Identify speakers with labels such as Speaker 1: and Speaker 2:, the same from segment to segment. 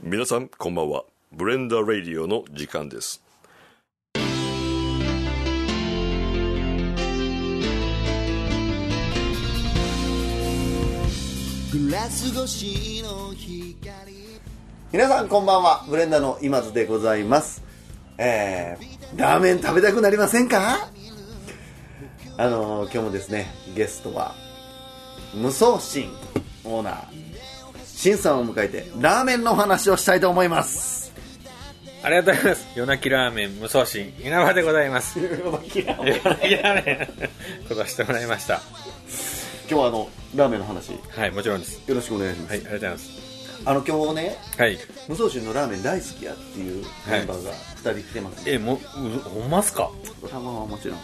Speaker 1: 皆さんこんばんはブレンダーレディオの時間です
Speaker 2: グラス越しの光
Speaker 3: 皆さんこんばんはブレンダの今津でございますえー、ラーメン食べたくなりませんかあのー、今日もですねゲストは無双神オーナーシンさんを迎えてラーメンのお話をしたいと思います
Speaker 4: ありがとうございます。夜泣きラーメン無双心稲葉でございます。夜泣きラーメン来させてもらいました。
Speaker 3: 今日はあのラーメンの話よ
Speaker 4: はい、もちろんです。
Speaker 3: ろしくお願いします、
Speaker 4: はい、ありがとうございます。
Speaker 3: あの今日ね
Speaker 4: はい。
Speaker 3: 無双神のラーメン大好きやっていうメンバーが2人来てます、
Speaker 4: え、もう、うほんますか
Speaker 3: たまはもちろん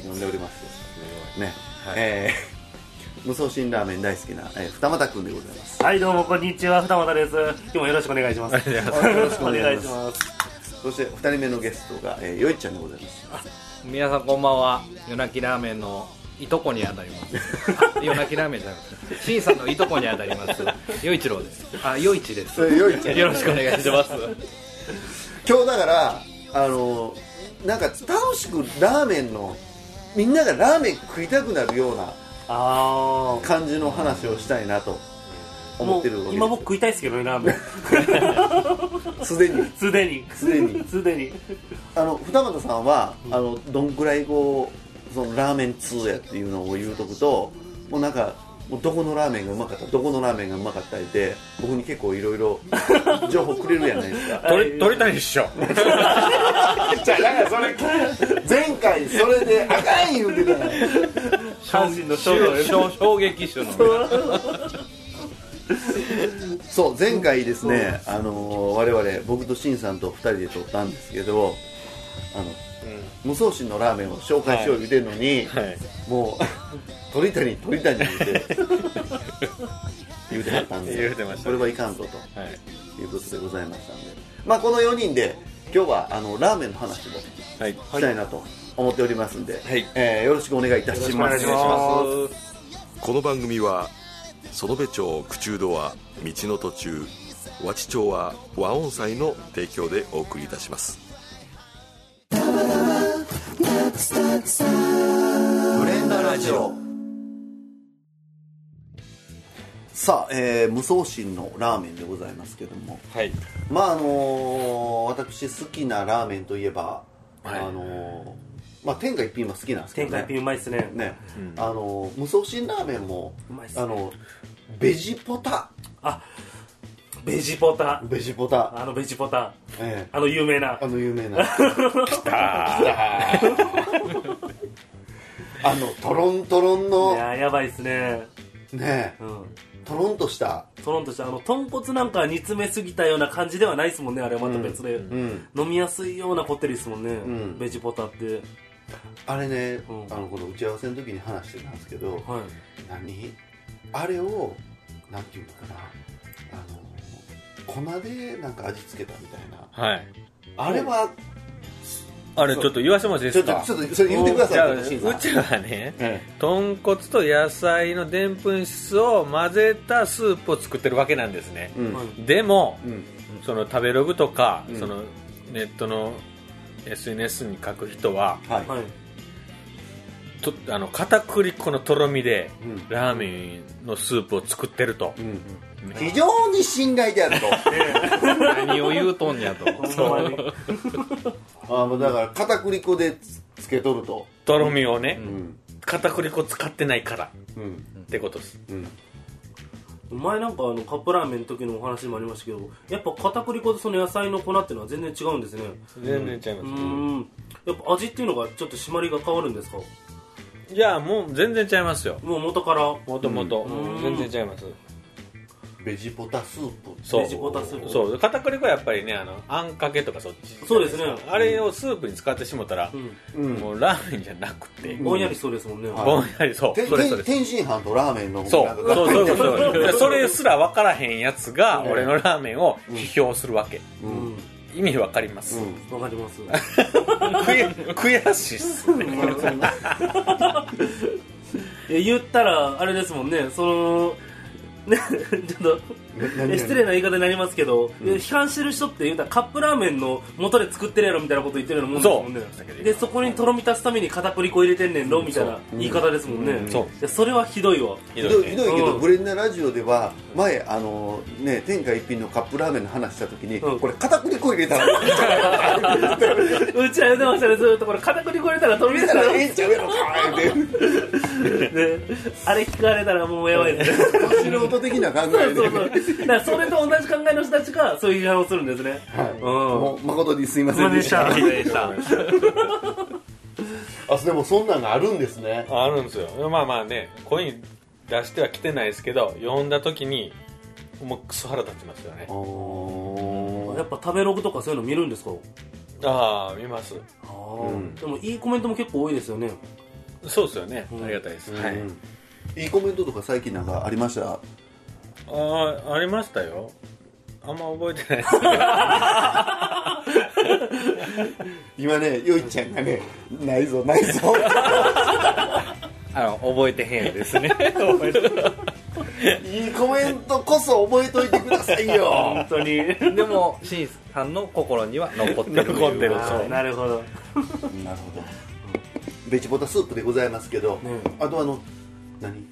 Speaker 3: 呼んでおりますよね、えー無双神ラーメン大好きな、えー二俣君でございます
Speaker 5: はい、どうも、こんにちは。二俣です。今日もよろしくお願いします。よ
Speaker 3: よろしくお
Speaker 5: お
Speaker 3: 願
Speaker 5: 願
Speaker 3: い
Speaker 5: い
Speaker 3: し
Speaker 5: し
Speaker 3: ま
Speaker 5: ます
Speaker 3: そして2人目のゲストが、えー、よいちゃんでございます
Speaker 6: 皆さんこんばんは夜泣きラーメンのいとこにあたります夜泣きラーメンじゃなくてしんさんのいとこにあたりますよいちろうですあよいちです
Speaker 3: えよいちゃん
Speaker 6: よろしくお願いします
Speaker 3: 今日だからあのーなんか楽しくラーメンのみんながラーメン食いたくなるような
Speaker 5: あ
Speaker 3: 感じの話をしたいなと
Speaker 5: あ。
Speaker 3: 思
Speaker 5: も
Speaker 3: ってるわ
Speaker 5: う、
Speaker 3: け
Speaker 5: 今僕食いたいですけどね、ラー メン。
Speaker 3: すでに
Speaker 5: すでに。
Speaker 3: すでに
Speaker 5: すでに。
Speaker 3: あの二俣さんはあのどんくらいこうそのラーメン通やっていうのを言うとくともうなんかもうどこのラーメンがうまかったどこのラーメンがうまかったりで僕に結構いろいろ 情報くれるやないですか
Speaker 4: 鳥、鳥谷師匠。
Speaker 3: じゃあなんかそれ前回それであかん言うてたの
Speaker 5: 阪神の衝動
Speaker 6: 衝衝撃手の
Speaker 3: そう前回ですね、あのー我々僕としんさんと2人で撮ったんですけどあの、無双心のラーメンを紹介しよう言うてんのに、
Speaker 4: はい。
Speaker 3: もう 鳥谷鳥谷言う て言うてはったんで
Speaker 4: 言うてましたね
Speaker 3: これはいかんぞと
Speaker 4: はい。
Speaker 3: いうことでございましたんで、まあ、この4人で今日はあのラーメンの話も
Speaker 4: はい。
Speaker 3: したいなと思っておりますんで、
Speaker 4: はい
Speaker 3: えーよろしくお願いいたします
Speaker 4: お願いします。
Speaker 1: この番組は園部町口中堂は道の途中和知町は和音祭の提供でお送りいたします
Speaker 3: ブレンダラジオさあ、えー無双心のラーメンでございますけども
Speaker 4: はい。
Speaker 3: まああのー私好きなラーメンといえば、
Speaker 4: はい
Speaker 3: あのーまあ、天下一品は好きなんですけ
Speaker 5: 天
Speaker 3: ど
Speaker 5: 下
Speaker 3: ね
Speaker 5: 一品うまいっすね。
Speaker 3: ね、あのー無双心ラーメンも
Speaker 5: うまいっすね
Speaker 3: あのベジポタ
Speaker 5: ベジポタ。
Speaker 3: ベジポタ、
Speaker 5: あのベジポタ。
Speaker 3: ええ
Speaker 5: あの有名な
Speaker 3: あ。の有名 なあのトロントロン
Speaker 5: い
Speaker 3: の
Speaker 5: やー、やばいっすね。
Speaker 3: ね
Speaker 5: うん。
Speaker 3: トロンとした
Speaker 5: トロンとして、あの、豚骨なんか煮詰めすぎたような感じではないっすもんね、あれはまた別で。
Speaker 3: うん
Speaker 5: 飲みやすいようなこってりっすもんね
Speaker 3: ん。
Speaker 5: ベジポタって。
Speaker 3: あれね、
Speaker 5: うん
Speaker 3: あのこの打ち合わせの時に話してたんですけど、
Speaker 5: はい。
Speaker 3: 何あれをなんていうのかなあの粉でなんか味付けたみたいな
Speaker 4: はい。
Speaker 3: あれは
Speaker 4: あれ、ちょっと言わせてもらっていい
Speaker 3: ち
Speaker 4: で
Speaker 3: ょっ
Speaker 4: す
Speaker 3: と
Speaker 4: か
Speaker 3: ちょっとそれ言ってくだ
Speaker 4: じゃあ、
Speaker 3: さい
Speaker 4: うんちはね、
Speaker 3: え
Speaker 4: 豚骨と野菜のでんぷん質を混ぜたスープを作ってるわけなんですね。
Speaker 3: うん
Speaker 5: はい
Speaker 4: でも、
Speaker 3: うん
Speaker 4: その食べログとか、
Speaker 3: うん
Speaker 4: そのネットの SNS に書く人は
Speaker 3: はい、
Speaker 5: はい。
Speaker 4: とあの片栗粉のとろみで、
Speaker 3: うん
Speaker 4: ラーメンのスープを作ってると、
Speaker 3: うん非常に信頼である
Speaker 6: 何を言うとんやと
Speaker 5: ほんまに
Speaker 3: とあのだから片栗粉でつつけとると
Speaker 4: とろみをね、
Speaker 3: うん
Speaker 4: 片栗粉使ってないから
Speaker 3: うん
Speaker 4: ってことです、
Speaker 3: うん
Speaker 5: 前なんかあのカップラーメンの時のお話にもありましたけどやっぱ片栗粉とその野菜の粉っていうのは全然違うんですね
Speaker 4: 全然違いうま
Speaker 5: ーんやっぱ味っていうのがちょっと締まりが変わるんですか
Speaker 4: すいやもう全然違いますよ
Speaker 5: もう元から
Speaker 4: もともと
Speaker 5: ん
Speaker 4: 全然違います
Speaker 3: ベジポタスープ
Speaker 4: そう
Speaker 5: ベジポタスープ
Speaker 4: そう片栗粉はやっぱりねあのあんかけとかそっち
Speaker 5: そうですね
Speaker 4: あれをスープに使ってしもたら、
Speaker 3: うん
Speaker 4: もうラーメンじゃなくて、
Speaker 5: ぼんやりしそうですもんね、
Speaker 4: ぼんやりそう
Speaker 3: て
Speaker 4: それそれ
Speaker 3: 天天津飯とラーメンの
Speaker 4: そう
Speaker 3: なんか
Speaker 4: そうそういうことそういうことでそれすら分からへんやつが俺のラーメンを批評するわけ、
Speaker 5: うん
Speaker 4: 意味分かります、
Speaker 3: うん
Speaker 5: わかります
Speaker 4: 悔悔しいっすね
Speaker 5: いや言ったらあれですもんねそのね ちょっとえ失礼な言い方になりますけど、え批判してる人って言うたらカップラーメンの元で作ってるやろみたいなこと言ってるようなもんですもんね
Speaker 4: そう
Speaker 5: でそこにとろみ足すために片栗粉入れてんねんろみたいな言い方ですもんね、
Speaker 4: そう
Speaker 5: いやそれはひどいわ
Speaker 4: ひ
Speaker 3: ひど
Speaker 4: ど
Speaker 3: い
Speaker 4: い
Speaker 3: ひど
Speaker 4: ね
Speaker 3: いけど、
Speaker 5: うん
Speaker 3: ブレンダラジオでは前あのね天下一品のカップラーメンの話した時に、
Speaker 5: うん
Speaker 3: これ片栗粉入れた ら
Speaker 5: うちは言ってましたねずっとこれ片栗粉入れたらとろみ
Speaker 3: 入
Speaker 5: 出
Speaker 3: れたら ええ
Speaker 5: すやろ
Speaker 3: んちゃうやろかって
Speaker 5: ね、あれ聞かれたらもうやばいですね
Speaker 3: 素人的な考
Speaker 5: そ
Speaker 3: え
Speaker 5: うそ
Speaker 3: で
Speaker 5: うそうだからそれと同じ考えの人たちがそういう批判をするんですねうん
Speaker 3: もう誠にすいま
Speaker 5: すい
Speaker 3: せ
Speaker 5: ま
Speaker 3: ん
Speaker 5: せん
Speaker 3: で
Speaker 5: で
Speaker 3: し
Speaker 5: したた
Speaker 3: あでもそんなんがあるんですね
Speaker 4: あるんですよまあまあね声に出しては来てないですけど呼んだ時にもうクソ腹立ちますよね
Speaker 5: やっぱ食べログとかそういうの見るんですか
Speaker 4: ああ見ます
Speaker 5: あーでもいいコメントも結構多いですよね
Speaker 4: そうですよね、ありがたいです、はい
Speaker 3: いいコメントとか最近なんかありました
Speaker 4: ああありましたよあんま覚えてないです
Speaker 3: 今ねよいちゃんがねないぞない ぞ
Speaker 6: あの覚えてへんですね
Speaker 3: いいコメントこそ覚えといてくださいよ
Speaker 5: 本当に
Speaker 6: でもしんさんの心には残ってるという
Speaker 4: 残ってる
Speaker 5: あーなるほど
Speaker 3: なるほどベチボタスープでございますけど、あとあの何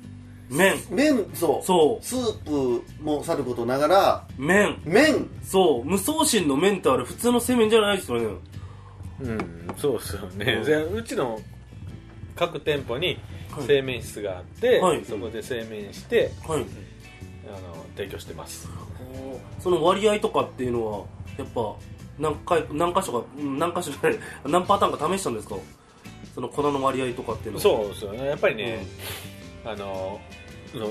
Speaker 5: 麺
Speaker 3: 麺そう
Speaker 5: そう
Speaker 3: スープもさることながら
Speaker 5: 麺
Speaker 3: 麺
Speaker 5: そう無双心の麺ってあれ普通の製麺じゃないですよね
Speaker 4: うんそうですよね、じゃあうちの各店舗に製麺室があって、
Speaker 5: はい
Speaker 4: そこで製麺してあ
Speaker 5: はい
Speaker 4: の提供してます
Speaker 5: その割合とかっていうのはやっぱ何回何箇所かうん何箇所じゃない 何パターンか試したんですかその粉の割合とかっていうのは
Speaker 4: そうですよねやっぱりね、あのその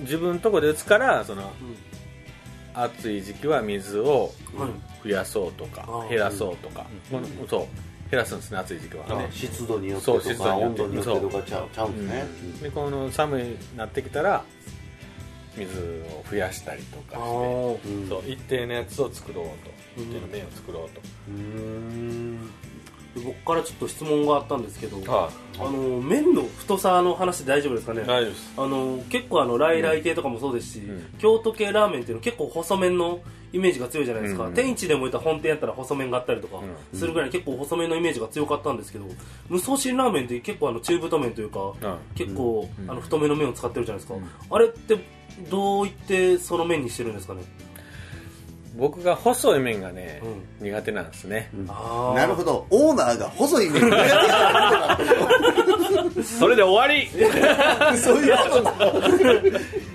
Speaker 4: 自分のとこで打つからその、暑い時期は水を
Speaker 5: は
Speaker 4: 増
Speaker 5: い
Speaker 4: やそうとか、
Speaker 5: あー
Speaker 4: 減らそうとか、このそう減らすんですね暑い時期はね、
Speaker 3: 湿度によって
Speaker 4: そう
Speaker 3: と
Speaker 4: 湿
Speaker 3: か
Speaker 4: 度によっ
Speaker 3: 温
Speaker 4: て
Speaker 3: 度によってとかちゃうちゃうんですね、
Speaker 4: うんでこの寒いなってきたら水を増やしたりとかし
Speaker 5: あ
Speaker 4: て
Speaker 5: ー
Speaker 3: うん
Speaker 4: そう一定のやつを作ろうと、一定の麺を作ろうと、
Speaker 3: うん
Speaker 5: で僕からちょっと質問があったんですけど、
Speaker 4: は
Speaker 5: あの麺の太さの話で大丈夫ですかね
Speaker 4: い大丈夫です
Speaker 5: あの結構あの来来亭とかもそうですし、
Speaker 4: ん
Speaker 5: 京都系ラーメンっていうの結構細麺のイメージが強いじゃないですか、
Speaker 4: うん
Speaker 5: 天一でもいったら本店やったら細麺があったりとかするぐらい結構細麺のイメージが強かったんですけど無双新ラーメンって結構あの中太麺というか、
Speaker 4: ん
Speaker 5: 結構、あの太めの麺を使ってるじゃないですか、あれってどういってその麺にしてるんですかね、
Speaker 4: 僕が細い麺がね、
Speaker 5: う
Speaker 4: 苦手なんですね、
Speaker 5: あー
Speaker 3: なるほどオーナーが細い麺をやってるか
Speaker 6: それで終わり
Speaker 3: らそういうことなの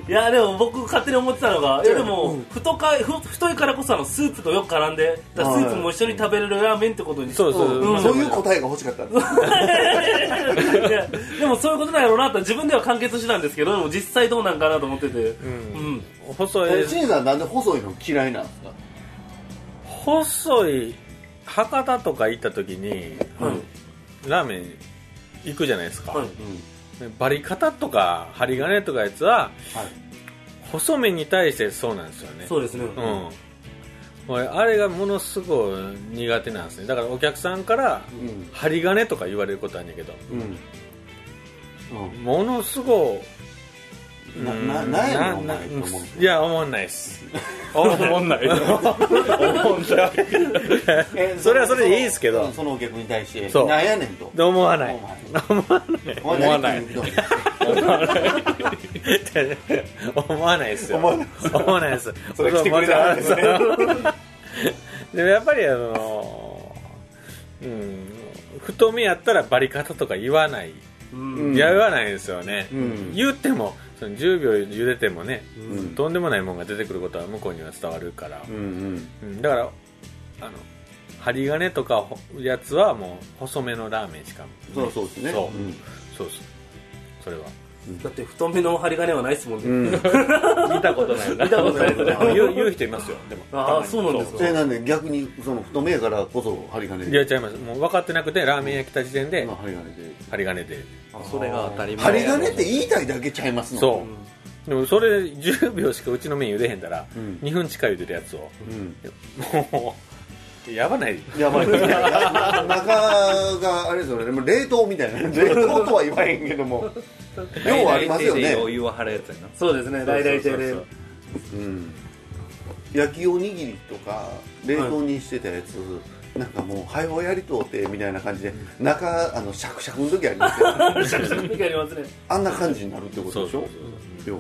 Speaker 5: いやでも僕勝手に思ってたのがいやでも、
Speaker 3: うん
Speaker 5: 太かいふ太いからこそあのスープとよく絡んでだからスープも一緒に食べれるラーメンってことに
Speaker 4: そうそうそう
Speaker 5: うん
Speaker 3: そういう答えが欲しかったんです
Speaker 5: いやでもそういうことなんやろうなと自分では完結してたんですけどでも実際どうなんかなと思っててうん、
Speaker 4: 細
Speaker 3: え
Speaker 4: い
Speaker 3: シンさんなんで細いの嫌いなんですか
Speaker 4: 細い博多とか行った時に、
Speaker 5: はい
Speaker 4: ラーメン行くじゃないですか、
Speaker 5: はい
Speaker 4: バリカタとか針金とかやつは、細麺に対してそうなんですよね
Speaker 5: そうですね、
Speaker 4: うん俺あれがものすごい苦手なんですねだからお客さんから
Speaker 3: うん
Speaker 4: 針金とか言われることあるんやけど
Speaker 3: うん
Speaker 4: ものすごい
Speaker 3: な
Speaker 4: うん
Speaker 3: ななんやねんお前って思う
Speaker 4: いや思わないです思んない思んない
Speaker 3: え
Speaker 4: それはそれでいいですけど
Speaker 3: そのそのお客に対して
Speaker 4: そう
Speaker 3: なんやねんと
Speaker 4: 思わない 思わない
Speaker 3: お前何 言ってんの
Speaker 4: 思わないですよ
Speaker 3: 思わない
Speaker 4: 思わないです
Speaker 3: それ来てくれないですね
Speaker 4: でもやっぱりあのうん太めやったらバリカタとか言わない、
Speaker 5: うん
Speaker 4: いや言わないですよね、
Speaker 3: ん
Speaker 4: 言ってもその10秒茹でてもね、
Speaker 3: ん
Speaker 4: とんでもないもんが出てくることは向こうには伝わるから、
Speaker 3: うんうん
Speaker 4: うんだからあの針金とかほやつはもう細めのラーメンしか
Speaker 3: そうそうですね
Speaker 4: そうんそうですそれは
Speaker 5: だって太めの針金はないですもん
Speaker 4: 見
Speaker 5: ね、
Speaker 4: たことないな
Speaker 5: 見たことないですね
Speaker 4: 言う言う人いますよでも
Speaker 5: ああそうなんです
Speaker 3: そ
Speaker 5: か
Speaker 3: れなんで逆にその太めやからこそ針金
Speaker 4: いや
Speaker 3: で
Speaker 4: 違いますもう分かってなくてラーメン屋来た時点で
Speaker 3: 針金で
Speaker 4: 針金で
Speaker 6: それが当たり前
Speaker 3: 針金って言いたいだけちゃいますの
Speaker 4: そう、でもそれ10秒しかうちの麺茹でへんだら、
Speaker 3: ん
Speaker 4: 2分近い茹でるやつを
Speaker 3: う、ん、
Speaker 4: もうやばない
Speaker 3: や ばいや中があれですよねもう冷凍みたいな 冷凍とは言わへんけども量はありますよね
Speaker 6: お湯を張るやつやな
Speaker 5: そうですね来来亭で
Speaker 3: うん、焼きおにぎりとか冷凍にしてたやつ、なんかもう早うやりとうてみたいな感じで中あのシャクシャクの時ありますよ
Speaker 5: めちゃくちゃ気がありますね
Speaker 3: あんな感じになるってことでしょ
Speaker 4: そう
Speaker 3: 要は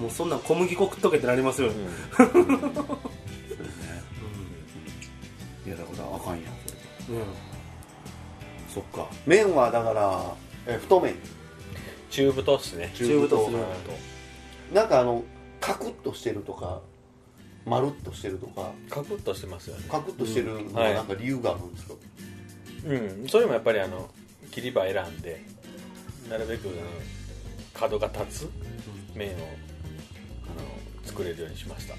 Speaker 5: もうそんなん小麦粉食っとけってなりますよね
Speaker 3: いやだからあかんやんそれ
Speaker 5: うん
Speaker 3: そっか麺はだからえ太麺
Speaker 4: 中太っすね
Speaker 5: 中太っすね
Speaker 3: なんかあのカクッとしてるとかまるっとしてるとか
Speaker 4: カクッとしてますよね
Speaker 3: カクッとしてるの
Speaker 4: は
Speaker 3: はいなんか理由があるんですか、
Speaker 4: うんそれもやっぱりあの切り場選んでなるべくあの角が立つ面をあの作れるようにしました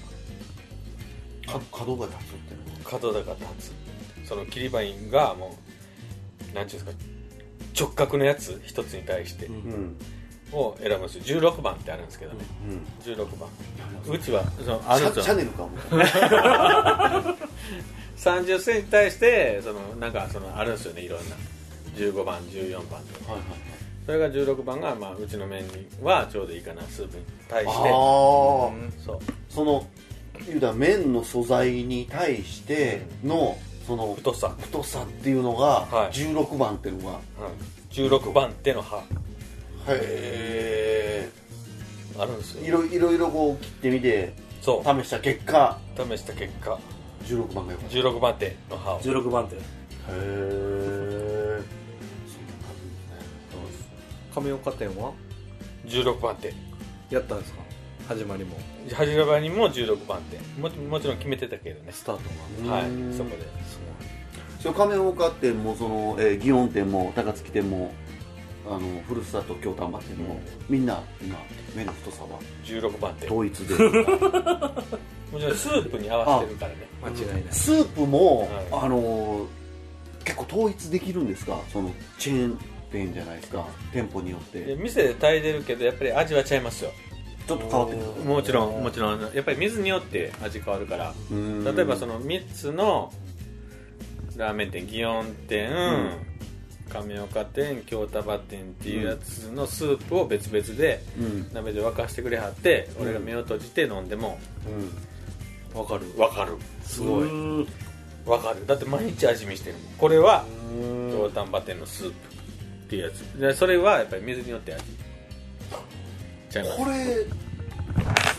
Speaker 3: か角が立つっていうのは
Speaker 4: 角が立つその切り場員がもう何ていうんですか直角のやつ一つに対して
Speaker 5: うん
Speaker 3: うん
Speaker 4: を選ぶんですよ16番ってあるんですけどね
Speaker 3: うん
Speaker 4: 16番うちはそのあ
Speaker 3: シ
Speaker 4: るん
Speaker 3: ャ
Speaker 4: です
Speaker 3: シャ
Speaker 4: よ
Speaker 3: ネルかもう
Speaker 4: 30線に対してそのなんかそのあるんですよねいろんな15番14番とか
Speaker 3: はいはい
Speaker 4: それが16番が、まあ、うちの麺にはちょうどいいかなスープに対して
Speaker 3: ああ
Speaker 4: そう
Speaker 3: その言うたら麺の素材に対してのその
Speaker 4: 太さ、
Speaker 3: 太さっていうの
Speaker 4: は
Speaker 3: が
Speaker 4: い
Speaker 3: 16番っていうのが
Speaker 4: 16番手の歯
Speaker 3: へ
Speaker 4: あるんです
Speaker 3: えい
Speaker 4: よ
Speaker 3: ろいろいろこう切ってみて
Speaker 4: そ
Speaker 3: 試した結果
Speaker 4: う試した結果
Speaker 3: 16番がよかったへ
Speaker 4: 16番手の歯を
Speaker 5: 16番手
Speaker 3: え
Speaker 6: 亀岡店は
Speaker 4: 16番手
Speaker 6: やったんですか始まりも
Speaker 4: 始め場にも16番手ももちろん決めてたけどね
Speaker 6: スタートが
Speaker 4: は
Speaker 3: うん
Speaker 4: いそこで
Speaker 3: それ亀岡店もその、えー、祇園店も高槻店もあのふるさと京丹波店も、みんな今麺の太さは
Speaker 4: 16番手も
Speaker 3: 統一で
Speaker 4: ちろんスープに合わせてるからね
Speaker 6: 間違いない
Speaker 3: スープも、
Speaker 4: は
Speaker 3: あのー結構統一できるんですかそのチェーン店じゃないですか店舗によっ
Speaker 4: で
Speaker 3: て
Speaker 4: 店で炊いてるけどやっぱり味はちゃいますよ
Speaker 3: ちょっと変わってくる
Speaker 4: もちろんもちろんあのやっぱり水によって味変わるから
Speaker 3: うん
Speaker 4: 例えばその3つのラーメン店祇園店、亀岡店京丹波店っていうやつのスープを別々で
Speaker 3: うん
Speaker 4: 鍋で沸かしてくれはって、
Speaker 3: ん
Speaker 4: 俺が目を閉じて飲んでも
Speaker 6: わかる
Speaker 4: 分かる
Speaker 6: す
Speaker 5: す
Speaker 6: ごい
Speaker 4: 分かるだって毎日味見してるもんこれは
Speaker 3: うん
Speaker 4: 京丹波店のスープっていうやつでそれはやっぱり水によって味ちゃいます
Speaker 3: これ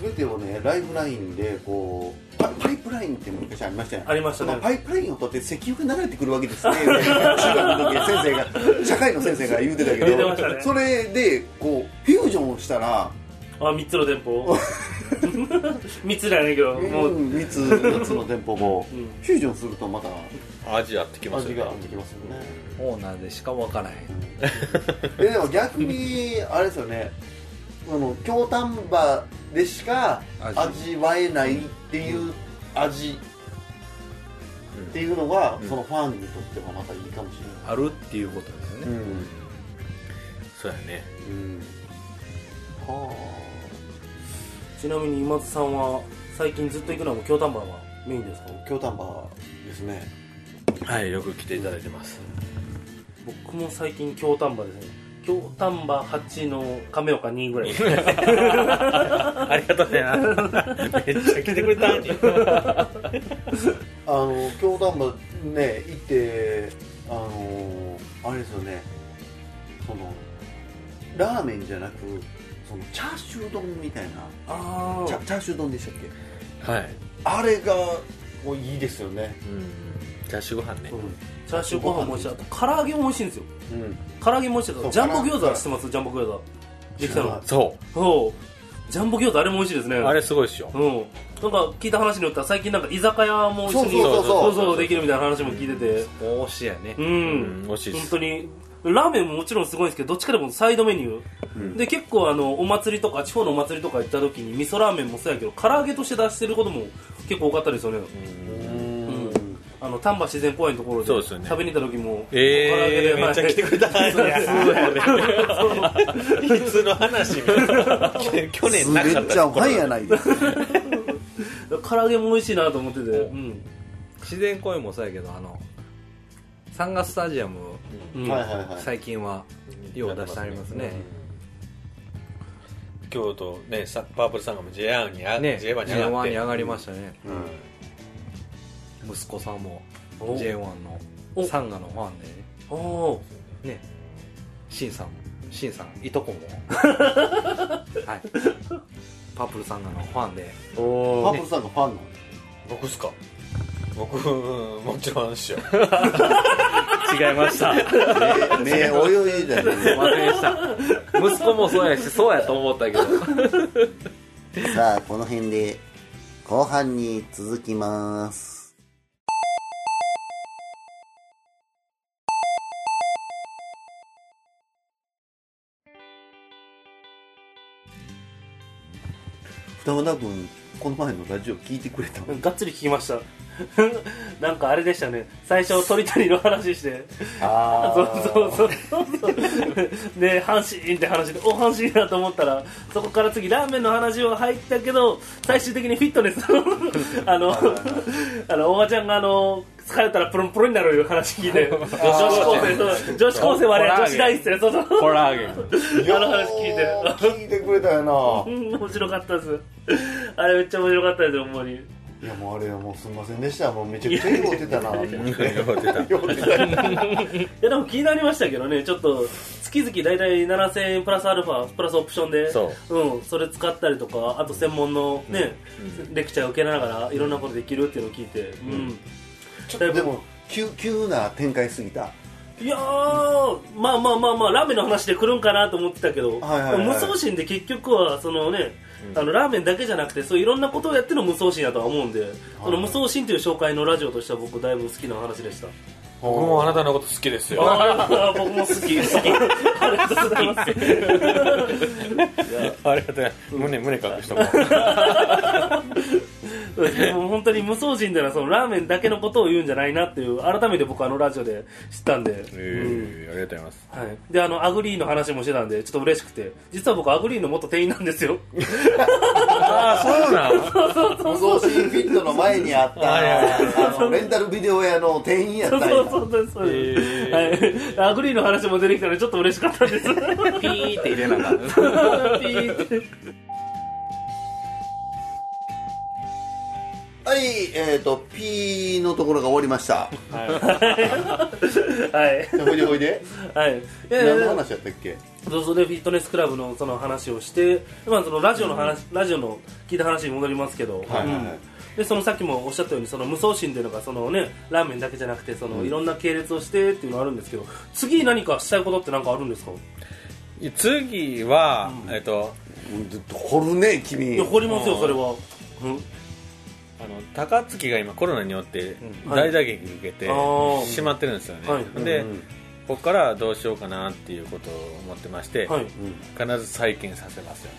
Speaker 3: 全てをねライフラインでこうパパイプラインって昔ありましたよね
Speaker 5: ありましたね
Speaker 3: そのパイプラインを取って石油が流れてくるわけです ね中学の時先生が社会の先生が言うてたけ
Speaker 5: 言うてま
Speaker 3: ど
Speaker 5: したね
Speaker 3: それでこうフュージョンをしたら
Speaker 5: あ三つの店舗 三つじゃないけどもう
Speaker 3: 3つ三つの店舗 も
Speaker 5: ん
Speaker 3: フュージョンするとまた
Speaker 4: 味あってきます
Speaker 3: 味が
Speaker 4: よ
Speaker 3: 出
Speaker 4: ね
Speaker 3: てきますよね
Speaker 6: オーナーでしかわからへん
Speaker 3: えでも逆にあれですよねあの京丹波でしか
Speaker 6: 味
Speaker 3: 味わえないっていう味っていうのが、そのファンにとってはまたいいかもしれ
Speaker 6: あるっていうことですよね
Speaker 3: ないうん、
Speaker 4: そうやね
Speaker 3: うん、は
Speaker 5: ちなみに今津さんは最近ずっと行くのはもう京丹波がメインですか
Speaker 3: あ京丹波ですね
Speaker 4: はいよく来ていただいてます
Speaker 5: 僕も最近京丹波ですね京丹波8の亀岡2ぐらいう
Speaker 4: ありがとうねめっちゃ来てくれた
Speaker 3: あの京丹波ね行ってあのあれですよねそのラーメンじゃなくそのチャーシュー丼みたいな
Speaker 5: あ
Speaker 3: チャチャーシュー丼でしたっけ
Speaker 4: はい
Speaker 3: あれがもういいですよね
Speaker 4: チャーシューご飯ね
Speaker 5: んチャーシューご飯も美味しいあと唐揚げも美味しいんですよ
Speaker 3: うん
Speaker 5: 唐揚げも美味しいです
Speaker 3: そう
Speaker 5: ジャンボ餃子は知ってますジャンボ餃子できたの
Speaker 4: そ
Speaker 5: そうジャンボ餃子あれも美味しいですね
Speaker 4: うあれすごいっしょ
Speaker 5: うんなんか聞いた話によったら最近なんか居酒屋も一緒
Speaker 3: そうそ
Speaker 5: に
Speaker 3: うそうそう
Speaker 5: そうできるみたいな話も聞いてて
Speaker 6: おしやね
Speaker 5: うん
Speaker 4: 美味しいっ
Speaker 5: 本
Speaker 4: す
Speaker 5: 当にラーメンももちろんすごいんですけどどっちかでもサイドメニュー、で結構あのお祭りとか地方のお祭りとか行った時に味噌ラーメンもそうやけど唐揚げとして出してることも結構多かったですよね、
Speaker 3: うん
Speaker 5: あの丹波自然公園のところで
Speaker 4: そうですよね
Speaker 5: 食べに行った時も唐揚げ
Speaker 4: え
Speaker 5: で
Speaker 4: えめっちゃ来てくれたいつの話みた いな去年なか
Speaker 3: め
Speaker 4: っ
Speaker 3: っちゃ
Speaker 4: た
Speaker 3: うまいやないですか
Speaker 5: 唐揚げも美味しいなと思ってて、うん
Speaker 6: 自然公園もそうやけどあのサンガスタジアム
Speaker 5: うん
Speaker 3: はいはいはい
Speaker 6: 最近はよう出してありますね
Speaker 4: 京都ねさパープルさんがも J1 にあ、
Speaker 6: ね
Speaker 4: J1 に
Speaker 6: J1
Speaker 4: 上がって
Speaker 6: に上がりましたね
Speaker 4: うん
Speaker 6: 息子さんも
Speaker 5: お
Speaker 6: J1
Speaker 5: お
Speaker 6: のサンガのファンでね
Speaker 5: おお
Speaker 6: ねシンさんもシンさんい とこもはいパープルサンガのファンで
Speaker 5: ー
Speaker 3: パー
Speaker 5: お
Speaker 3: プルさんがファンなの
Speaker 4: 僕っすか僕うんもちろんですよ
Speaker 6: 違いましたすい
Speaker 3: 目泳いだよね
Speaker 6: ませんでした息子もそうやしそうやと思ったけど
Speaker 3: さあこの辺で後半に続きます二和田君この前のラジオ聞いてくれたの
Speaker 5: がっつり聞きました なんかあれでしたね最初鳥谷の話して
Speaker 3: あ
Speaker 5: そうそうそうそうで阪神って話でお阪神だと思ったらそこから次ラーメンの話は入ったけど最終的にフィットネスあのあのおばちゃんがあの疲れたらプロンプロンになるいう話聞いて女子高生そう女子高生はあれ女子大生そうそう
Speaker 6: コラーゲン
Speaker 5: あの話聞いて
Speaker 3: 聞いてくれたよ
Speaker 5: うん面白かったですあれめっちゃ面白かったですよほんまに
Speaker 3: ないやもうあれもうすみませんでしたもうめちゃくちゃ酔ってたな
Speaker 5: いやでも気になりましたけどねちょっと月々大体7000円プラスアルファプラスオプションで、
Speaker 4: そう
Speaker 5: ん、それ使ったりとかあと専門のね、レクチャーを受けながらいろんなことできるっていうのを聞いて、うん
Speaker 3: ちょっとでも急急な展開すぎた
Speaker 5: いやーまあまあまあまあラーメンの話で来るんかなと思ってたけど、
Speaker 3: はいはいはい
Speaker 5: 無双心で結局はそのね、あのラーメンだけじゃなくてそういろんなことをやっての無双心やとは思うんで、その無双心という紹介のラジオとしては僕だいぶ好きな話でした
Speaker 4: 僕もあなたのこと好きですよ
Speaker 5: ああ 僕も好 き好きありがとうございます
Speaker 4: ありがとうね胸胸隠 したもん
Speaker 5: もう本当に無双人ではそのラーメンだけのことを言うんじゃないなっていう改めて僕あのラジオで知ったんで、
Speaker 4: えーありがとうございます
Speaker 5: はい、であのアグリーの話もしてたんでちょっと嬉しくて実は僕アグリーの元店員なんですよ
Speaker 4: ああそうなん
Speaker 3: 無造神フィットの前にあったあのレンタルビデオ屋の店員やっ
Speaker 5: そ
Speaker 3: た
Speaker 5: うん
Speaker 3: や
Speaker 5: そうそうそうそうです、はい、アグリーの話も出てきたのでちょっと嬉しかったですピ
Speaker 6: ピーって入れな がら
Speaker 5: ーって
Speaker 3: はいえっ、ー、と P のところが終わりました
Speaker 5: はい
Speaker 3: ほいでほいで
Speaker 5: はいいやいや
Speaker 3: 何
Speaker 5: い
Speaker 3: の
Speaker 5: や
Speaker 3: 話やったっけ
Speaker 5: そうそうでフィットネスクラブのその話をして、まあ、そのラジオの話、ラジオの聞いた話に戻りますけど、
Speaker 3: はいはいはい
Speaker 5: うんでそのさっきもおっしゃったようにその無双心っていうのがその、ね、ラーメンだけじゃなくてその、いろんな系列をしてっていうのがあるんですけど次何かしたいことって何かあるんですか、
Speaker 4: 次は、えっと
Speaker 3: 掘るね君
Speaker 5: いや掘りますよそれは、うん、
Speaker 4: あの高槻が今コロナによって
Speaker 5: うん
Speaker 4: 大打撃受けて
Speaker 5: あー
Speaker 4: 閉まってるんですよね、
Speaker 5: はい
Speaker 4: で、
Speaker 3: うん
Speaker 4: ここからどうしようかなっていうことを思ってまして、
Speaker 5: はい
Speaker 4: 必ず再建させますよ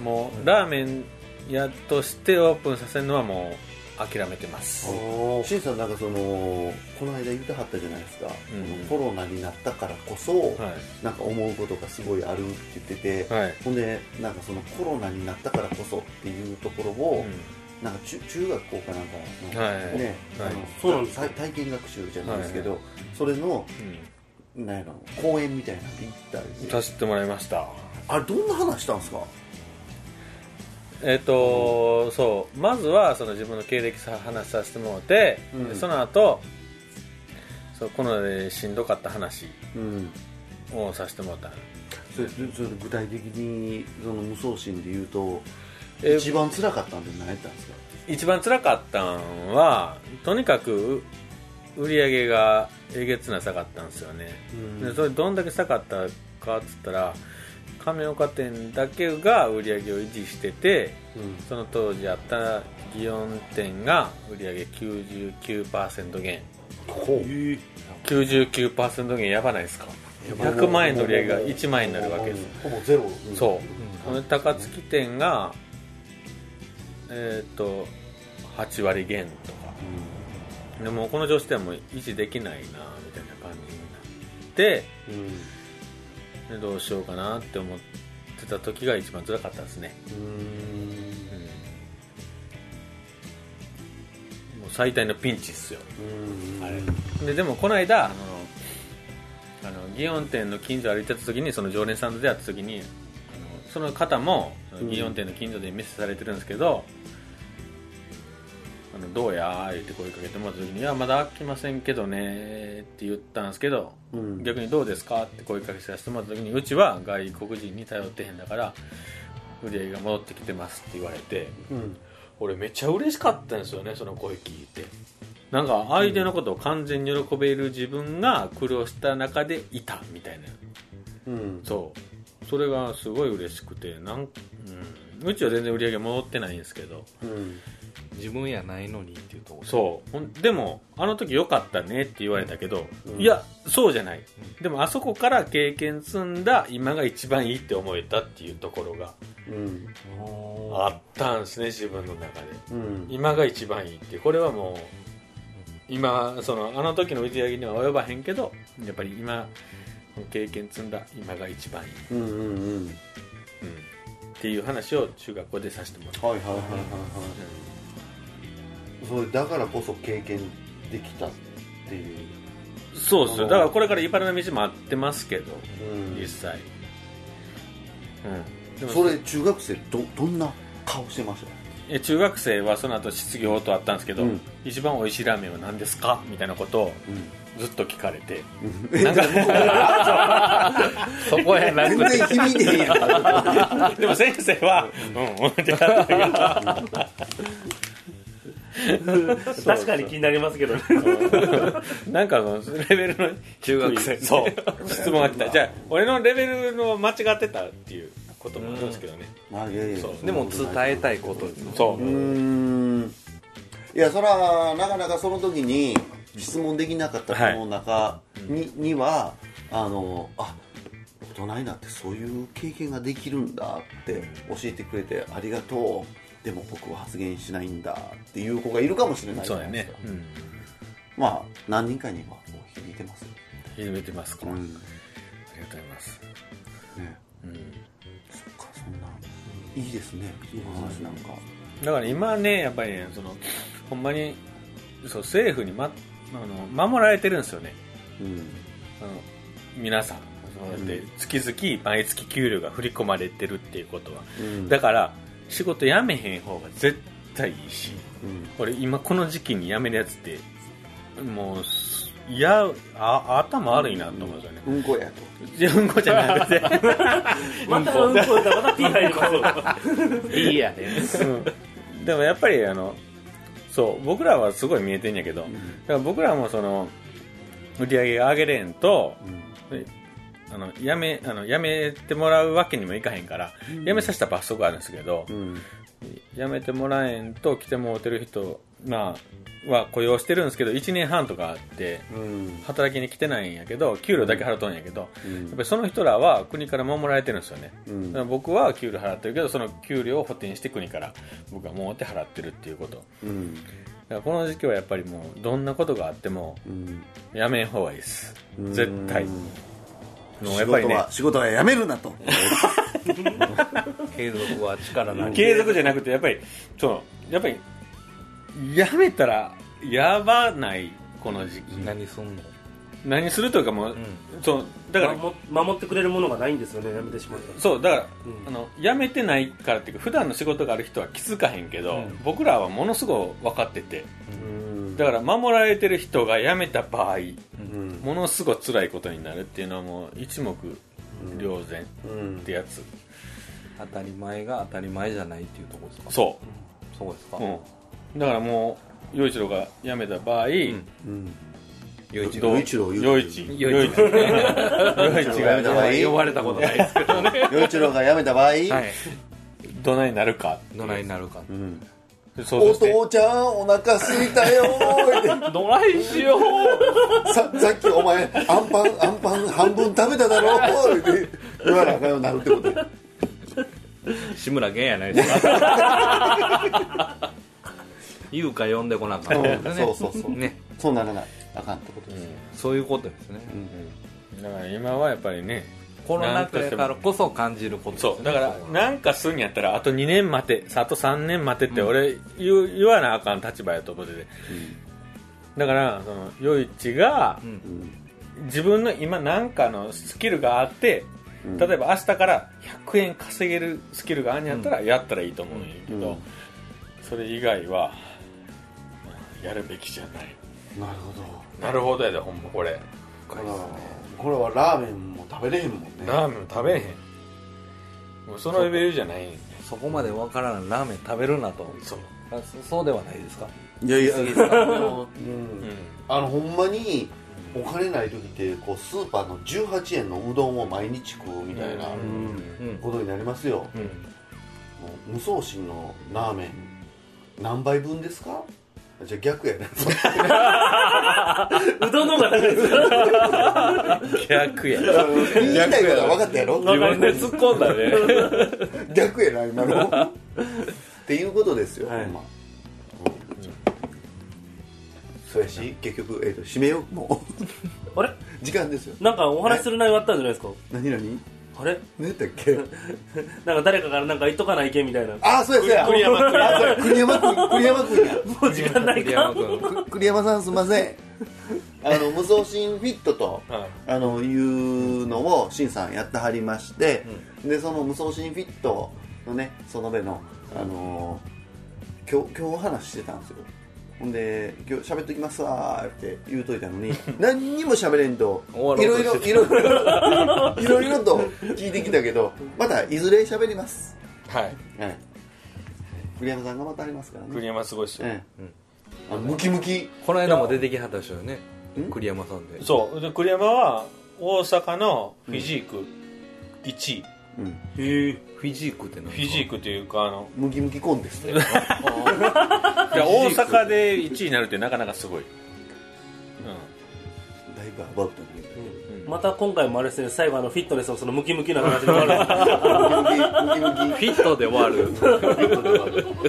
Speaker 4: もうラーメン屋としてオープンさせるのはもう諦めてます
Speaker 5: お
Speaker 3: しんさんなんかそのこの間言ってはったじゃないですか、
Speaker 4: うん
Speaker 3: コロナになったからこそ、
Speaker 4: は
Speaker 3: なんか思うことがすごいあるって言ってて、
Speaker 4: いはい、
Speaker 3: ほんでなんかそのコロナになったからこそっていうところ
Speaker 4: う
Speaker 3: を、
Speaker 4: ん
Speaker 3: なんか中中学校かなんかの、
Speaker 4: はい
Speaker 3: ね、
Speaker 4: はい
Speaker 3: あの
Speaker 5: そうなんです
Speaker 3: 体体験学習じゃないですけど、それのなんやろ講演みたいなの行ったり
Speaker 4: うん、
Speaker 3: して
Speaker 4: させてもらいました
Speaker 3: あれどんな話したんですか
Speaker 4: えっ、と、そうまずはその自分の経歴さ話させてもらって、
Speaker 3: うん
Speaker 4: でその後そうコロナでしんどかった話
Speaker 3: うん
Speaker 4: をさせてもらった
Speaker 3: それそれ具体的にその無双心で言うと
Speaker 4: え
Speaker 3: 一番辛かったんで何やったんですか
Speaker 4: 一番辛かったんはとにかくう売り上げがえげつな下がったんですよね、でそれどんだけ下がったかっつったら亀岡店だけが売り上げを維持しててその当時あった祇園店が売り上げ99%減
Speaker 3: こう
Speaker 4: 99%減やばないですか100万円の売り上げが1万円になるわけです
Speaker 3: ほぼゼロ
Speaker 4: そう、その高槻店がえっ、と8割減とか、でもこの調子ではもう維持できないなみたいな感じになって、でどうしようかなって思ってた時が一番辛かったですね、うんもう最大のピンチっすよ、あれででもこの間あのあの祇園店の近所歩いてた時にその常連さんと出会った時にあのその方もその祇園店の近所で店されてるんですけど「あのどうや?」言って声かけてもらった時に「いやまだ飽きませんけどね」って言ったんですけど、
Speaker 3: うん
Speaker 4: 逆に「どうですか?」って声かけさせてもらった時に「うちは外国人に頼ってへんだから売り上げが戻ってきてます」って言われて
Speaker 3: うん
Speaker 4: 俺めっちゃ嬉しかったんですよねその声聞いてなんか相手のことを完全に喜べる自分が苦労した中でいたみたいな
Speaker 3: うん
Speaker 4: そうそれがすごい嬉しくてなん、うん、うちは全然売り上げ戻ってないんですけど
Speaker 3: うん
Speaker 6: 自分やないのにっていうとこ
Speaker 4: そうほんでもあの時良かったねって言われたけど、
Speaker 3: うん
Speaker 4: いやそうじゃないでもあそこから経験積んだ今が一番いいって思えたっていうところが
Speaker 3: うん
Speaker 4: あったんですね自分の中で
Speaker 3: うん
Speaker 4: 今が一番いいってこれはもう今そのあの時の売り上げには及ばへんけどやっぱり今経験積んだ今が一番いい、
Speaker 3: うんうんうん
Speaker 4: うん、っていう話を中学校でさせてもらった
Speaker 3: はいはいはいはいはいそれだからこそ経験できたっていう、
Speaker 4: そうです
Speaker 3: あ
Speaker 4: よ
Speaker 3: の
Speaker 4: だからこれから茨の道もあってますけど
Speaker 3: うん
Speaker 4: 実際うんでも
Speaker 3: それ中学生どどんな顔してました
Speaker 4: え中学生はその後失業とあったんですけど、
Speaker 3: うん
Speaker 4: 一番美味しいラーメンは何ですかみたいなことを
Speaker 3: う
Speaker 4: ずっと聞かれて
Speaker 3: ん、
Speaker 4: なんか
Speaker 6: そこやな
Speaker 3: 全然響いてへんやん
Speaker 4: でも先生は「うん うん」って言ったけど
Speaker 5: 確かに気になりますけ どね
Speaker 4: なんかそのレベルの
Speaker 6: 中学生
Speaker 4: そう質問が来たじゃあ俺のレベルの間違ってたっていうこともあるんですけどね
Speaker 3: あいやいや
Speaker 4: そう
Speaker 6: でも伝えたいことです
Speaker 4: そう
Speaker 3: うーんいやそれはなかなかその時に質問できなかった子の中に,、にはあのあ大人になってそういう経験ができるんだって教えてくれてありがとうでも僕は発言しないんだっていう子がいるかもしれないじ
Speaker 4: そ
Speaker 3: ゃ
Speaker 4: う
Speaker 3: な
Speaker 4: や
Speaker 3: いです
Speaker 4: ね
Speaker 3: か
Speaker 4: うん
Speaker 3: まあ何人かにはもう響いてますよ、
Speaker 4: 広めてますか、
Speaker 3: うんね
Speaker 4: ありがとうございます、うん、
Speaker 3: そっかそんないいですねいい話なんか
Speaker 4: だから今ねやっぱりねそのほんまにそう政府に、ま、あの守られてるんですよね
Speaker 3: うん
Speaker 4: あの皆さんそうやって月々毎月給料が振り込まれてるっていうことは
Speaker 3: うん
Speaker 4: だから仕事辞めへん方が絶対いいし
Speaker 3: うん
Speaker 4: 俺今この時期に辞めるやつってもうすいやあ頭悪いなと思うんですよね、
Speaker 3: うんこやと
Speaker 4: 自分こじゃなくて
Speaker 5: またうんこだまたピー入りますよ
Speaker 6: いいやね
Speaker 4: うんでもやっぱりあのそう僕らはすごい見えてんやけど、だから僕らもその売り上げ上げれんとあのやめあのやめてもらうわけにもいかへんから、やめさせた罰則があるんですけど、
Speaker 3: うん
Speaker 4: やめてもらえんと来てもらってる人、まあ、は雇用してるんですけど1年半とかあって
Speaker 3: うん
Speaker 4: 働きに来てないんやけど給料だけ払っとんやけど、
Speaker 3: うん
Speaker 4: やっぱりその人らは国から守られてるんですよね、
Speaker 3: うん
Speaker 4: だから僕は給料払ってるけどその給料を補填して国から僕はもう手払ってるっていうことだ
Speaker 3: うん
Speaker 4: からこの時期はやっぱりもうどんなことがあっても
Speaker 3: うん
Speaker 4: やめん方がいいです絶対
Speaker 3: うん
Speaker 4: もうやっぱりね
Speaker 3: 仕事はやめるな と
Speaker 6: 継続は力なり
Speaker 4: 継続じゃなくてやっぱりそのやっぱりやめたらやばないこの時期
Speaker 6: 何すんの
Speaker 4: 何するというかもう、そうだから、
Speaker 5: 守守ってくれるものがないんですよねやめてしまったら
Speaker 4: そうだから、
Speaker 5: うん
Speaker 4: あの辞めてないからっていうか普段の仕事がある人は気づかへんけど、
Speaker 6: うん
Speaker 4: 僕らはものすごい分かっててだから守られてる人が辞めた場合
Speaker 3: うん
Speaker 4: ものすごい辛いことになるっていうのはもう一目瞭然
Speaker 3: うん
Speaker 4: ってやつ、
Speaker 6: 当たり前が当たり前じゃないっていうとこですか
Speaker 4: そ
Speaker 6: そうですか
Speaker 4: う、うん、だからもう陽一郎が辞めた場合、
Speaker 6: ん
Speaker 3: うん
Speaker 6: よいち
Speaker 4: どう
Speaker 3: 陽一郎
Speaker 4: 陽一
Speaker 6: 陽一
Speaker 4: 陽一 陽
Speaker 3: が辞
Speaker 4: 一
Speaker 3: めた
Speaker 4: が
Speaker 3: 場合
Speaker 6: 呼ばれたことないですけどね
Speaker 3: 陽一郎が辞めた場合
Speaker 6: はい
Speaker 4: どないなるか
Speaker 6: どないになるか
Speaker 3: うん
Speaker 4: そう
Speaker 3: お
Speaker 4: して
Speaker 3: 父ちゃんお腹すいたよ ー
Speaker 6: どないしよう
Speaker 3: ってささっきお前アンパンアンパン半分食べただろー って言わなあかんようになるってことや
Speaker 6: 志村けんやないですか言うか呼んでこなあかんね
Speaker 3: そうそうそう
Speaker 6: ね
Speaker 3: そうならないあかんってことです
Speaker 6: そういうことですね
Speaker 4: だから今はやっぱりね
Speaker 6: コロナ禍だからこそ感じることですね
Speaker 4: そうだからなんかするんやったらあと2年待てあと3年待てって俺言,、言わなあかん立場やと思ってて、だからその余一が
Speaker 6: うん
Speaker 4: 自分の今なんかのスキルがあって例えば明日から100円稼げるスキルがあんにやったらやったらいいと思うんやけど、それ以外はやるべきじゃない
Speaker 3: なるほど
Speaker 4: なるほどやでほんまこれ
Speaker 3: これはラーメンも食べれへんもんね
Speaker 4: ラーメン食べへんもうそのレベルじゃないんや
Speaker 6: そこまでわからんラーメン食べるなと
Speaker 4: そう、
Speaker 6: あそそうではないですか
Speaker 3: いやいや、
Speaker 4: うん、
Speaker 3: あのほんまにお金ない時ってこうスーパーの18円のうどんを毎日食うみたいな
Speaker 6: うん
Speaker 3: ことになりますよ、
Speaker 4: うん
Speaker 3: もう無双心のラーメン何杯分ですかじゃあ逆やね
Speaker 5: うどん の方が高いですよ
Speaker 4: 逆やな
Speaker 3: 言いたいことは分かったやろ
Speaker 4: 自分で突っ込んだね
Speaker 3: 逆やな今のっていうことですよ、ほんま、そうやし結局、えー、と締めようもう
Speaker 5: あれ
Speaker 3: 時間ですよ
Speaker 5: なんかお話しする内容あったんじゃないですか
Speaker 3: 何何
Speaker 5: あれ
Speaker 3: 何やったっけ
Speaker 5: なんか誰かからなんか言っとかないけみたいな
Speaker 3: ああそうやそうや
Speaker 5: 栗山君
Speaker 3: あそうや栗山君栗山君や
Speaker 5: もう時間ない
Speaker 6: 栗
Speaker 5: か
Speaker 6: 山君
Speaker 3: く栗山さんすいませんあの無双心フィットと、
Speaker 4: はい
Speaker 3: あのいうのをしんさんやってはりまして、でその無双心フィットのねそのべの、あのー今日今日お話ししてたんですよほんで「今日喋っときますわ」って言うといたのに何にも喋れんとい
Speaker 6: 終わ
Speaker 3: ろ
Speaker 6: ろ
Speaker 3: いうろ
Speaker 6: として
Speaker 3: いろいろいろいろと聞いてきたけどまたいずれ喋ります、
Speaker 4: はい
Speaker 3: はい、栗山さんがまたありますからね
Speaker 4: 栗山すごいっすよ、
Speaker 3: ええあのムキムキ
Speaker 6: この間も出てきはったでしょうね栗山さんで
Speaker 4: そうで栗山は大阪のフィジーク1位、
Speaker 3: うん
Speaker 6: へえフィジークって何
Speaker 4: フィジークというかあの
Speaker 3: ムキムキコンテストや
Speaker 4: いや大阪で1位になるってなかなかすごい、
Speaker 3: だいぶアバウトに言うけど
Speaker 5: また今回もあれですね最後あのフィットネスのそのムキムキな話で終わ る
Speaker 3: ムキムキムキムキ
Speaker 6: フィットで終わる
Speaker 3: えー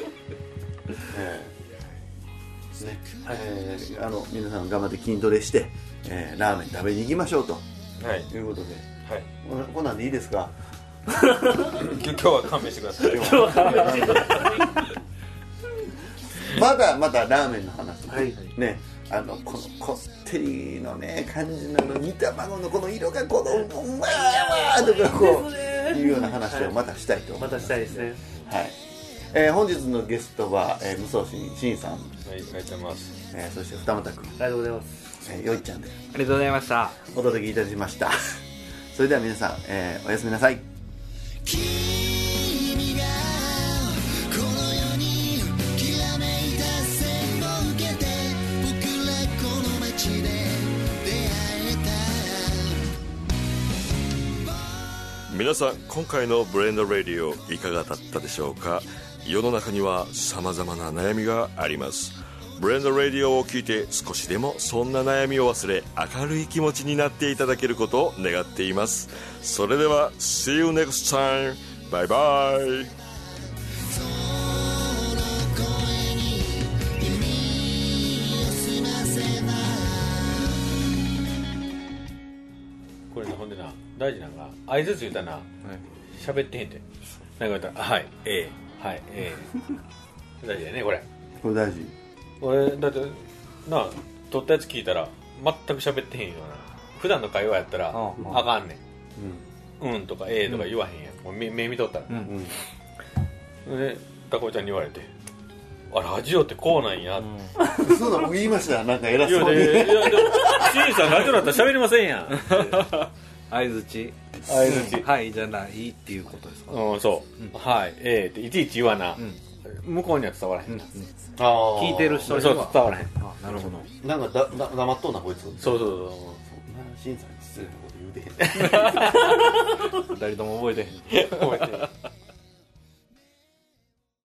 Speaker 3: ねえーあの皆さん頑張って筋トレして、えーラーメン食べに行きましょうと
Speaker 4: うんはい、
Speaker 3: いうことで
Speaker 4: はい、
Speaker 3: こんこんなんでいいですか
Speaker 4: 今日は勘弁してください
Speaker 3: まだまだラーメンの話、
Speaker 5: はい
Speaker 3: ねあのこのこってりのね感じのあの煮卵のこの色がこのうまーとかこういうような話をまたしたいと思い
Speaker 5: ま
Speaker 3: ます
Speaker 5: たしたいですね
Speaker 3: はい、えー本日のゲストは、えー、無双心しんさん、
Speaker 4: はいありがとうございます
Speaker 3: えーそして二俣君、
Speaker 5: ありがとうございます
Speaker 3: えーよいちゃんで
Speaker 6: ありがとうございました
Speaker 3: お届けいたしました それでは皆さん、えーおやすみなさい
Speaker 2: 君がこの世にきらめいた線を受けて僕らこの街で出会えた
Speaker 1: 皆さん今回の「ブレンド・レディオ」いかがだったでしょうか世の中には様々な悩みがありますブレンド・レディオを聞いて少しでもそんな悩みを忘れ明るい気持ちになっていただけることを願っていますそれでは See you next time バイバイ
Speaker 4: これなほんでな大事なのが相づつ言うたらな喋、ってへんてなんか言ったら「はいええはいえ え」大事だよねこれ
Speaker 3: これ大事
Speaker 4: 俺だってなあ撮ったやつ聞いたら全く喋ってへんよな普段の会話やったら
Speaker 6: ああ
Speaker 4: あかんねんうんとかええとか言わへんやんもう目目見とったら
Speaker 6: うん
Speaker 4: でタコちゃんに言われてあラジオってこうなんやって
Speaker 3: そうだ僕言いましたなんか偉
Speaker 4: いや
Speaker 3: そうに
Speaker 4: でいやでも新さんラジオだったら喋りませんやん
Speaker 6: 相づち
Speaker 4: 相づち
Speaker 6: はいじゃないっていうことですか
Speaker 4: うんそうはいええっていちいち言わな向こうには伝わらへんな
Speaker 3: あー
Speaker 6: 聞いてる人
Speaker 4: そう
Speaker 6: には
Speaker 4: 伝わらへん
Speaker 6: あなるほど
Speaker 3: なんかだだ黙っとんなこいつ
Speaker 4: そうそうそう
Speaker 3: しんさんに失礼なこと言うてへん
Speaker 6: 二人とも覚えてへん
Speaker 4: そうこうやって